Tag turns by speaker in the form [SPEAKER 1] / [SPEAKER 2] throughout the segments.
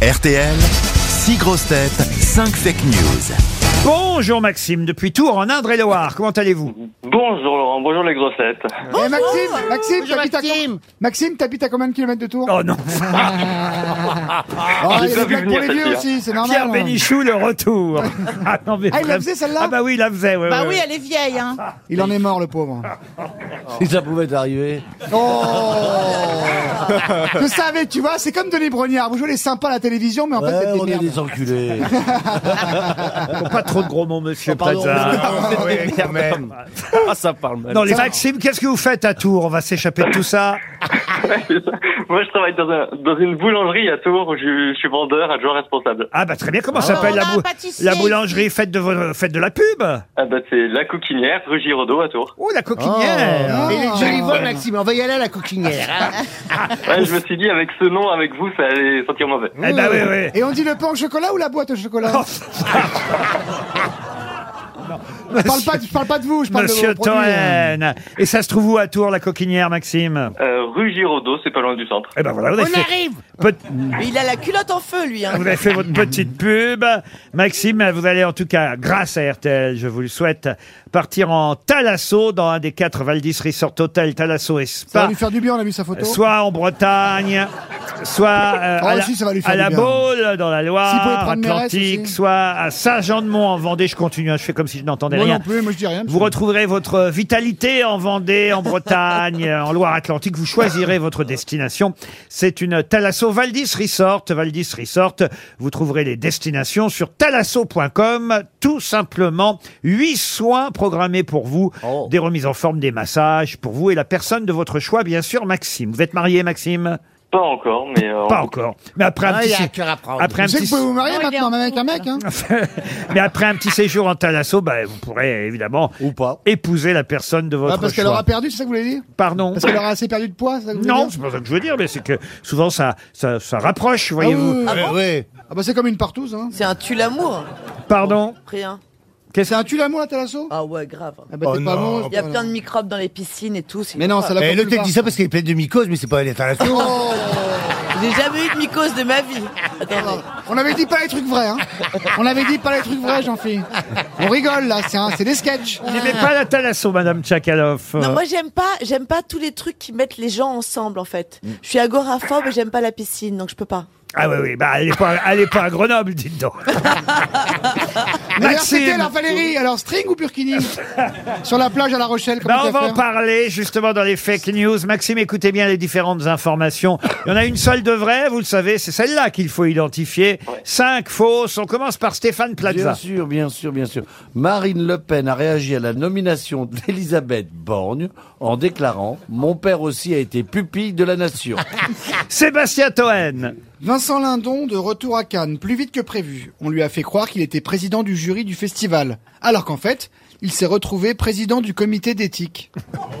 [SPEAKER 1] RTL, 6 grosses têtes, 5 fake news.
[SPEAKER 2] Bonjour Maxime, depuis Tours en Indre-et-Loire, comment allez-vous
[SPEAKER 3] Bonjour Laurent, bonjour les grossettes.
[SPEAKER 4] Eh, Maxime, Maxime,
[SPEAKER 5] Bonjour,
[SPEAKER 4] t'habites à,
[SPEAKER 5] Maxime.
[SPEAKER 4] com- Maxime, t'habites à combien de kilomètres de Tours
[SPEAKER 2] Oh non,
[SPEAKER 4] Oh, il y
[SPEAKER 3] j'ai
[SPEAKER 4] a
[SPEAKER 3] pas
[SPEAKER 4] des
[SPEAKER 3] vu
[SPEAKER 4] blagues pour
[SPEAKER 3] venir
[SPEAKER 4] les
[SPEAKER 3] celle-ci,
[SPEAKER 4] vieux
[SPEAKER 3] hein.
[SPEAKER 4] aussi, c'est normal.
[SPEAKER 2] Pierre
[SPEAKER 4] hein.
[SPEAKER 2] Bénichou, le retour. Ah, non, mais
[SPEAKER 4] Ah, il la
[SPEAKER 2] vraiment.
[SPEAKER 4] faisait, celle-là
[SPEAKER 2] Ah bah oui, il la faisait, ouais,
[SPEAKER 5] Bah
[SPEAKER 2] ouais,
[SPEAKER 5] oui,
[SPEAKER 2] ouais.
[SPEAKER 5] elle est vieille, hein.
[SPEAKER 4] Il en est mort, le pauvre.
[SPEAKER 6] Si ça pouvait arriver.
[SPEAKER 4] Oh Je savais, tu vois, c'est comme Denis Brognard. Vous jouez les sympas à la télévision, mais en fait,
[SPEAKER 6] Ouais,
[SPEAKER 4] c'est des
[SPEAKER 6] on est
[SPEAKER 4] merdes.
[SPEAKER 6] des enculés.
[SPEAKER 2] Faut Pas trop de gros mots, monsieur
[SPEAKER 6] Oh, pardon.
[SPEAKER 2] Plaza.
[SPEAKER 7] Ah, ça parle mal.
[SPEAKER 2] Non, les Maxime, qu'est-ce que vous faites à Tours On va s'échapper de tout ça.
[SPEAKER 3] Moi je travaille dans, un- dans une boulangerie à Tours où je, je suis vendeur, adjoint responsable.
[SPEAKER 2] Ah bah très bien, comment s'appelle
[SPEAKER 5] on
[SPEAKER 2] la,
[SPEAKER 5] a un
[SPEAKER 2] bou-
[SPEAKER 5] pâtissier
[SPEAKER 2] la boulangerie Faites de, vos- faites de la pub
[SPEAKER 3] Ah bah c'est la coquinière, rue Giraudot à Tours.
[SPEAKER 2] Oh, la coquinière
[SPEAKER 4] Ah.
[SPEAKER 5] Elle est jolie voix, Maxime. On va y aller à la coquinière.
[SPEAKER 3] Ouais, je me suis dit avec ce nom, avec vous, ça allait sentir mauvais.
[SPEAKER 2] Eh bah oui, oui. Oh.
[SPEAKER 4] Et on dit le pain au chocolat ou la boîte au chocolat Je parle pas, de- je parle pas de vous, je parle
[SPEAKER 2] Monsieur
[SPEAKER 4] de vos produits, hein.
[SPEAKER 2] Toen. Et ça se trouve où à Tours, la coquinière, Maxime
[SPEAKER 3] Euh, rue Giraudot, c'est pas loin du centre.
[SPEAKER 2] Eh ben voilà, vous avez
[SPEAKER 5] On
[SPEAKER 2] fait
[SPEAKER 5] arrive.
[SPEAKER 2] peut-
[SPEAKER 5] Mais il a la culotte en feu, lui. Hein.
[SPEAKER 2] Vous avez fait votre petite pub. Maxime, vous allez en tout cas, grâce à RTL, je vous le souhaite, partir en Thalasso dans un des quatre Valdis Resort Hotel Thalasso et
[SPEAKER 4] Ça va
[SPEAKER 2] Spa.
[SPEAKER 4] lui faire du bien, on a mis sa photo.
[SPEAKER 2] Euh, Soit en Bretagne, soit euh,
[SPEAKER 4] Ah,
[SPEAKER 2] à, la,
[SPEAKER 4] aussi, ça va lui faire
[SPEAKER 2] à
[SPEAKER 4] du
[SPEAKER 2] la
[SPEAKER 4] bien.
[SPEAKER 2] Baule, dans la
[SPEAKER 4] S'il pouvait
[SPEAKER 2] Loire,
[SPEAKER 4] prendre Mérès
[SPEAKER 2] Atlantique,
[SPEAKER 4] aussi.
[SPEAKER 2] soit à Saint-Jean-de-Mont en Vendée. Je continue, hein, je fais comme si je n'entendais
[SPEAKER 4] Moi
[SPEAKER 2] rien.
[SPEAKER 4] non plus, moi je dis rien.
[SPEAKER 2] Vous retrouverez votre vitalité en Vendée, en Bretagne, en Loire-Atlantique. Vous choisirez votre destination. C'est une Thalasso Valdis Resort. Valdis Resort. Vous trouverez les destinations sur thalasso.com. Tout simplement, huit soins programmés pour vous.
[SPEAKER 6] Oh.
[SPEAKER 2] Des remises en forme, des massages pour vous et la personne de votre choix, bien sûr, Maxime. Vous êtes marié, Maxime?
[SPEAKER 3] Pas encore, mais... euh,
[SPEAKER 2] Pas encore. Mais après un
[SPEAKER 6] Oh. Ah, il y a un
[SPEAKER 2] petit,
[SPEAKER 6] cœur à prendre.
[SPEAKER 2] après un
[SPEAKER 4] Vous savez que
[SPEAKER 2] petit,
[SPEAKER 4] vous pouvez vous marier
[SPEAKER 5] Non, il est
[SPEAKER 4] maintenant,
[SPEAKER 5] en
[SPEAKER 4] même avec un mec. Hein.
[SPEAKER 2] mais après un petit séjour en Thalasso, bah, vous pourrez évidemment
[SPEAKER 6] Ou pas.
[SPEAKER 2] épouser la personne de votre
[SPEAKER 4] Ah, parce qu'elle
[SPEAKER 2] choix.
[SPEAKER 4] aura perdu, c'est ça que vous voulez dire
[SPEAKER 2] Pardon.
[SPEAKER 4] Parce qu'elle aura assez perdu de poids, c'est ça que vous voulez
[SPEAKER 2] Non,
[SPEAKER 4] dire
[SPEAKER 2] c'est pas ça que je veux dire, mais c'est que souvent ça, ça, ça rapproche, voyez-vous.
[SPEAKER 4] oui, oui, oui.
[SPEAKER 6] Ouais, ouais.
[SPEAKER 4] Ah bah c'est comme une partouze. Hein.
[SPEAKER 5] C'est un tue l'amour.
[SPEAKER 4] Ah
[SPEAKER 2] Pardon.
[SPEAKER 5] Rien.
[SPEAKER 4] C'est un tue l'amour la Talasso
[SPEAKER 5] Ah ouais, grave.
[SPEAKER 4] Ah bah
[SPEAKER 6] Oh
[SPEAKER 4] t'es pas
[SPEAKER 6] non.
[SPEAKER 4] bon.
[SPEAKER 5] Il y a plein de microbes dans les piscines et tout. c'est
[SPEAKER 4] Mais non,
[SPEAKER 5] grave.
[SPEAKER 4] ça l'a
[SPEAKER 6] Eh,
[SPEAKER 4] pas
[SPEAKER 6] le
[SPEAKER 4] plus
[SPEAKER 6] tech
[SPEAKER 4] bas.
[SPEAKER 6] dit ça parce qu'il est plein de mycoses, mais c'est pas les installations.
[SPEAKER 5] J'ai jamais eu de mycose de ma vie. Attendez.
[SPEAKER 4] On avait dit pas les trucs vrais, hein. On avait dit pas les trucs vrais, Jean-Philippe. On rigole, là, c'est, un- c'est des sketchs.
[SPEAKER 2] Vous n'aimez pas la thalasso, Madame Tchakaloff.
[SPEAKER 5] Non, moi j'aime pas, j'aime pas tous les trucs qui mettent les gens ensemble en fait. Je suis agoraphobe et j'aime pas la piscine, donc je peux pas.
[SPEAKER 2] Ah oui, oui, bah, elle est pas, elle est pas à Grenoble, dites donc.
[SPEAKER 4] D'ailleurs, c'était la Valérie. Alors, string ou burkini Sur la plage à La Rochelle, comme
[SPEAKER 2] Bah, on va en parler justement dans les fake news. Maxime, écoutez bien les différentes informations. Il y en a une seule de vraie, vous le savez, c'est celle-là qu'il faut identifier. Cinq fausses. On commence par Stéphane
[SPEAKER 6] Bien
[SPEAKER 2] Plaza.
[SPEAKER 6] sûr, bien sûr, bien sûr. Marine Le Pen a réagi à la nomination d'Elisabeth Borgne en déclarant « Mon père aussi a été pupille de la nation
[SPEAKER 2] Sébastien Toen.
[SPEAKER 4] Vincent Lindon, de retour à Cannes, plus vite que prévu. On lui a fait croire qu'il était président du jury du festival. Alors qu'en fait, il s'est retrouvé président du comité d'éthique.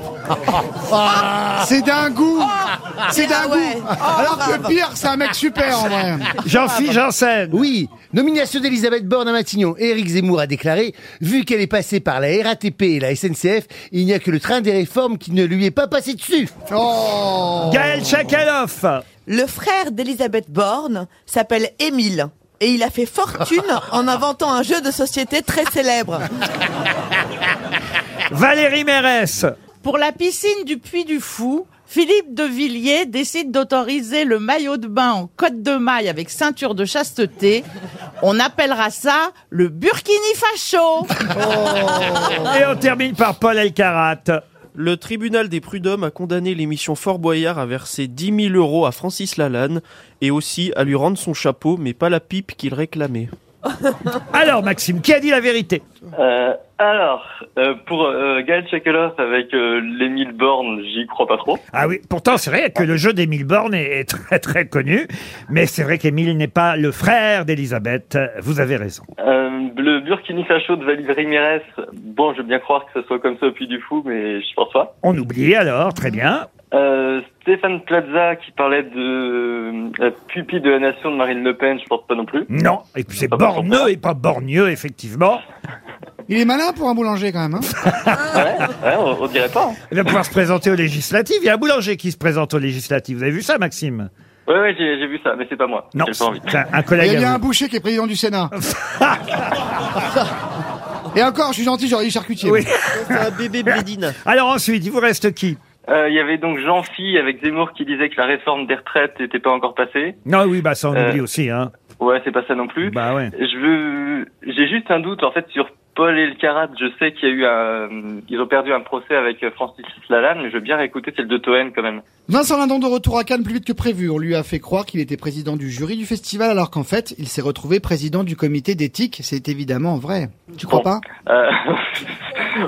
[SPEAKER 4] c'est d'un goût C'est d'un
[SPEAKER 5] Ah Oh, ouais.
[SPEAKER 4] goût
[SPEAKER 5] Oh,
[SPEAKER 4] Alors que le pire, c'est un mec super, en vrai.
[SPEAKER 2] Jean-Philippe Janssen.
[SPEAKER 8] Oui, nomination d'Elisabeth Borne à Matignon. Éric Zemmour a déclaré, vu qu'elle est passée par la RATP et la SNCF, il n'y a que le train des réformes qui ne lui est pas passé dessus.
[SPEAKER 4] Oh
[SPEAKER 2] Gaël Tchakaloff.
[SPEAKER 5] Le frère d'Elisabeth Borne s'appelle Émile. Et il a fait fortune en inventant un jeu de société très célèbre.
[SPEAKER 2] Valérie Mérès.
[SPEAKER 9] Pour la piscine du Puy du Fou, Philippe de Villiers décide d'autoriser le maillot de bain en côte de maille avec ceinture de chasteté. On appellera ça le burkini facho.
[SPEAKER 2] Et on termine par Paul Elkarat.
[SPEAKER 7] Le tribunal des prud'hommes a condamné l'émission Fort Boyard à verser 10 000 euros à Francis Lalanne et aussi à lui rendre son chapeau, mais pas la pipe qu'il réclamait.
[SPEAKER 2] Alors, Maxime, qui a dit la vérité
[SPEAKER 3] Euh, alors, euh, pour euh, Gaël Tchakaloff avec euh, l'Émile Borne, j'y crois pas trop.
[SPEAKER 2] Ah oui, pourtant, c'est vrai que le jeu d'Émile Borne est, est très, très connu. Mais c'est vrai qu'Émile n'est pas le frère d'Elisabeth. Vous avez raison.
[SPEAKER 3] Euh, le Burkini Facho de Valérie Mérès, bon, je veux bien croire que ce soit comme ça au Puy du Fou, mais je pense pas.
[SPEAKER 2] On oublie alors, très bien.
[SPEAKER 3] Euh, Stéphane Plaza qui parlait de euh, la pupille de la nation de Marine Le Pen, je pense pas non plus.
[SPEAKER 2] Non, et puis c'est borneux et pas borgneux, effectivement.
[SPEAKER 4] Il est malin pour un boulanger, quand même, hein.
[SPEAKER 3] Ouais, on, on dirait pas. hein.
[SPEAKER 2] Il va pouvoir se présenter aux législatives. Il y a un boulanger qui se présente aux législatives. Vous avez vu ça, Maxime
[SPEAKER 3] Ouais, Ouais, ouais, j'ai j'ai vu ça, mais c'est pas moi.
[SPEAKER 2] Non,
[SPEAKER 3] J'ai pas envie.
[SPEAKER 2] c'est un, un
[SPEAKER 4] Il y a
[SPEAKER 2] collègue. à
[SPEAKER 4] bien un
[SPEAKER 2] vous.
[SPEAKER 4] boucher qui est président du Sénat. Et encore, je suis gentil, j'aurais dit charcutier.
[SPEAKER 2] Oui.
[SPEAKER 7] Un bébé Blédina.
[SPEAKER 2] Alors ensuite, il vous reste qui
[SPEAKER 3] Euh, Il y avait donc Jean-Phi avec Zemmour qui disait que la réforme des retraites n'était pas encore passée.
[SPEAKER 2] Non, oui, bah ça on
[SPEAKER 3] Euh,
[SPEAKER 2] oublie aussi. Hein.
[SPEAKER 3] Ouais, c'est pas ça non plus.
[SPEAKER 2] Bah ouais.
[SPEAKER 3] Je veux, j'ai juste un doute en fait sur Paul et le Karat. Je sais qu'il y a eu un, ils ont perdu un procès avec euh, Francis Lalanne, mais je veux bien réécouter celle de Toen quand même.
[SPEAKER 4] Vincent Lindon de retour à Cannes plus vite que prévu. On lui a fait croire qu'il était président du jury du festival alors qu'en fait, il s'est retrouvé président du comité d'éthique. C'est évidemment vrai. Tu crois
[SPEAKER 3] Bon.
[SPEAKER 4] pas
[SPEAKER 3] Euh,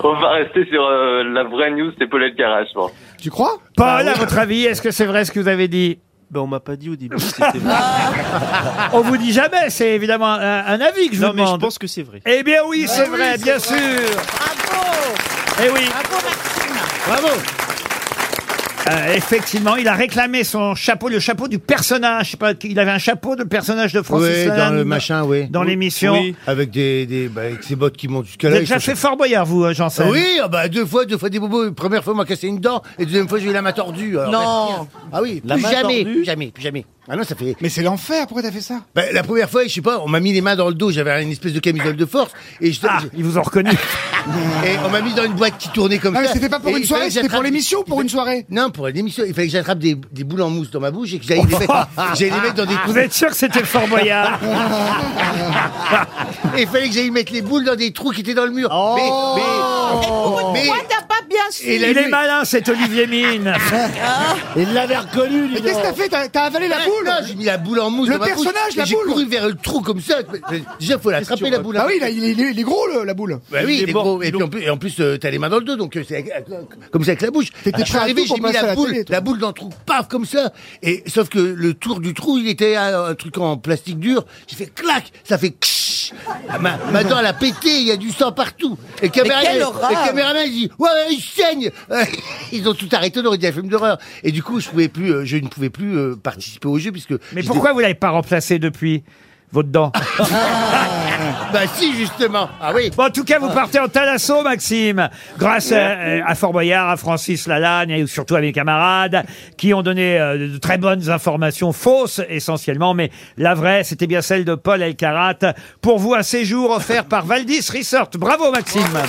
[SPEAKER 3] on va rester sur euh, la vraie news, c'est Paul et le Karat, je pense.
[SPEAKER 4] Tu crois
[SPEAKER 2] Paul, à votre avis, est-ce que c'est vrai ce que vous avez dit
[SPEAKER 7] Ben, on m'a pas dit au début. que C'était vrai.
[SPEAKER 2] On vous dit jamais, c'est évidemment un, un avis que je
[SPEAKER 7] non,
[SPEAKER 2] vous
[SPEAKER 7] mais je
[SPEAKER 2] demande.
[SPEAKER 7] pense que c'est vrai.
[SPEAKER 2] Eh bien oui, c'est vrai, bien sûr. Eh oui. Euh, effectivement, il a réclamé son chapeau, le chapeau du personnage. Je sais pas, il avait un chapeau de personnage de Francis
[SPEAKER 8] Oui, dans
[SPEAKER 2] Lalanne
[SPEAKER 8] le machin, oui.
[SPEAKER 2] dans l'émission.
[SPEAKER 7] Oui.
[SPEAKER 8] Avec des, des bah, avec ces bottes qui montent jusqu'à
[SPEAKER 2] Vous
[SPEAKER 8] là.
[SPEAKER 2] avez
[SPEAKER 8] ils
[SPEAKER 2] déjà
[SPEAKER 8] sont-
[SPEAKER 2] fait Fort Boyard, vous, euh, Janssen
[SPEAKER 8] Oui, ah bah deux fois, deux fois des bobos. Première fois, on m'a cassé une dent, et deuxième fois, j'ai eu la main tordue. Alors,
[SPEAKER 5] Non.
[SPEAKER 8] Ah oui,
[SPEAKER 6] La
[SPEAKER 8] plus
[SPEAKER 6] main
[SPEAKER 8] jamais,
[SPEAKER 6] tordue
[SPEAKER 8] plus jamais, plus jamais. Ah non, ça fait.
[SPEAKER 4] Mais c'est l'enfer, pourquoi t'as fait ça
[SPEAKER 8] Bah, la première fois, je sais pas, on m'a mis les mains dans le dos, j'avais une espèce de camisole de force, et, je,
[SPEAKER 2] Ah, ils vous ont reconnu.
[SPEAKER 8] et on m'a mis dans une boîte qui tournait comme
[SPEAKER 4] Ah mais
[SPEAKER 8] ça.
[SPEAKER 4] c'était pas pour
[SPEAKER 8] Et
[SPEAKER 4] une
[SPEAKER 8] il fallait
[SPEAKER 4] soirée,
[SPEAKER 8] que
[SPEAKER 4] c'était pour
[SPEAKER 8] j'attrape-
[SPEAKER 4] l'émission ou pour une soirée
[SPEAKER 8] Non, pour l'émission, il fallait que j'attrape des, des boules en mousse dans ma bouche et que j'aille les, mettre- j'aille les mettre dans
[SPEAKER 4] Ah.
[SPEAKER 8] des
[SPEAKER 2] vous
[SPEAKER 8] trous.
[SPEAKER 2] êtes sûr que c'était Fort Boyard
[SPEAKER 8] Et il fallait que j'aille mettre les boules dans des trous qui étaient dans le mur.
[SPEAKER 4] Oh.
[SPEAKER 8] mais, mais,
[SPEAKER 9] Pourquoi t'as pas bien
[SPEAKER 8] Et
[SPEAKER 9] su
[SPEAKER 8] la
[SPEAKER 2] Il est
[SPEAKER 8] nuit-
[SPEAKER 2] malin, cet Olivier Mine.
[SPEAKER 6] Il l'avait reconnu,
[SPEAKER 4] Mais qu'est-ce que t'as fait T'as- T'as avalé la
[SPEAKER 8] Ah,
[SPEAKER 4] boule
[SPEAKER 8] non, j'ai mis la boule en mousse.
[SPEAKER 4] Le
[SPEAKER 8] dans ma bouche,
[SPEAKER 4] personnage,
[SPEAKER 8] et
[SPEAKER 4] la
[SPEAKER 8] J'ai
[SPEAKER 4] boule.
[SPEAKER 8] couru vers le trou comme ça. Déjà, faut l'attraper la boule.
[SPEAKER 4] Ah oui, là, il est, il est- il est gros le- la boule.
[SPEAKER 8] Bah oui,
[SPEAKER 7] Il est
[SPEAKER 8] il est
[SPEAKER 7] mort,
[SPEAKER 8] gros. Et,
[SPEAKER 7] ils
[SPEAKER 8] puis en plus, et en plus, euh, t'as les mains dans le dos, donc euh, c'est avec- comme ça avec la bouche.
[SPEAKER 4] T'étais
[SPEAKER 8] Alors, je suis
[SPEAKER 4] prêt à
[SPEAKER 8] arrivé,
[SPEAKER 4] tout pour
[SPEAKER 8] j'ai mis
[SPEAKER 4] passer à
[SPEAKER 8] la
[SPEAKER 4] la
[SPEAKER 8] boule,
[SPEAKER 4] télé, toi.
[SPEAKER 8] la boule dans le trou, paf, comme ça. Et sauf que le tour du trou, il était euh, un truc en plastique dur. J'ai fait clac, ça fait ksh. Ah, Ma, ma dent, elle a pété, il y a du sang partout. Et le caméraman,
[SPEAKER 5] quelle horreur
[SPEAKER 8] le caméraman, il dit, ouais, ouais, il saigne. Ils ont tout arrêté, on aurait dit un film d'horreur. Et du coup, je pouvais plus, euh, je ne pouvais plus euh, participer au jeu puisque.
[SPEAKER 2] Mais
[SPEAKER 8] j'étais-
[SPEAKER 2] pourquoi vous l'avez pas remplacé depuis votre dent
[SPEAKER 8] Bah si, justement. Ah oui.
[SPEAKER 2] Bon, en tout cas, vous partez en talasso, Maxime, grâce euh, à, Fort Boyard, à Francis Lalanne et surtout à mes camarades qui ont donné euh, de très bonnes informations, fausses essentiellement, mais la vraie, c'était bien celle de Paul Elkarat. Pour vous, un séjour offert par Valdis Resort. Bravo, Maxime.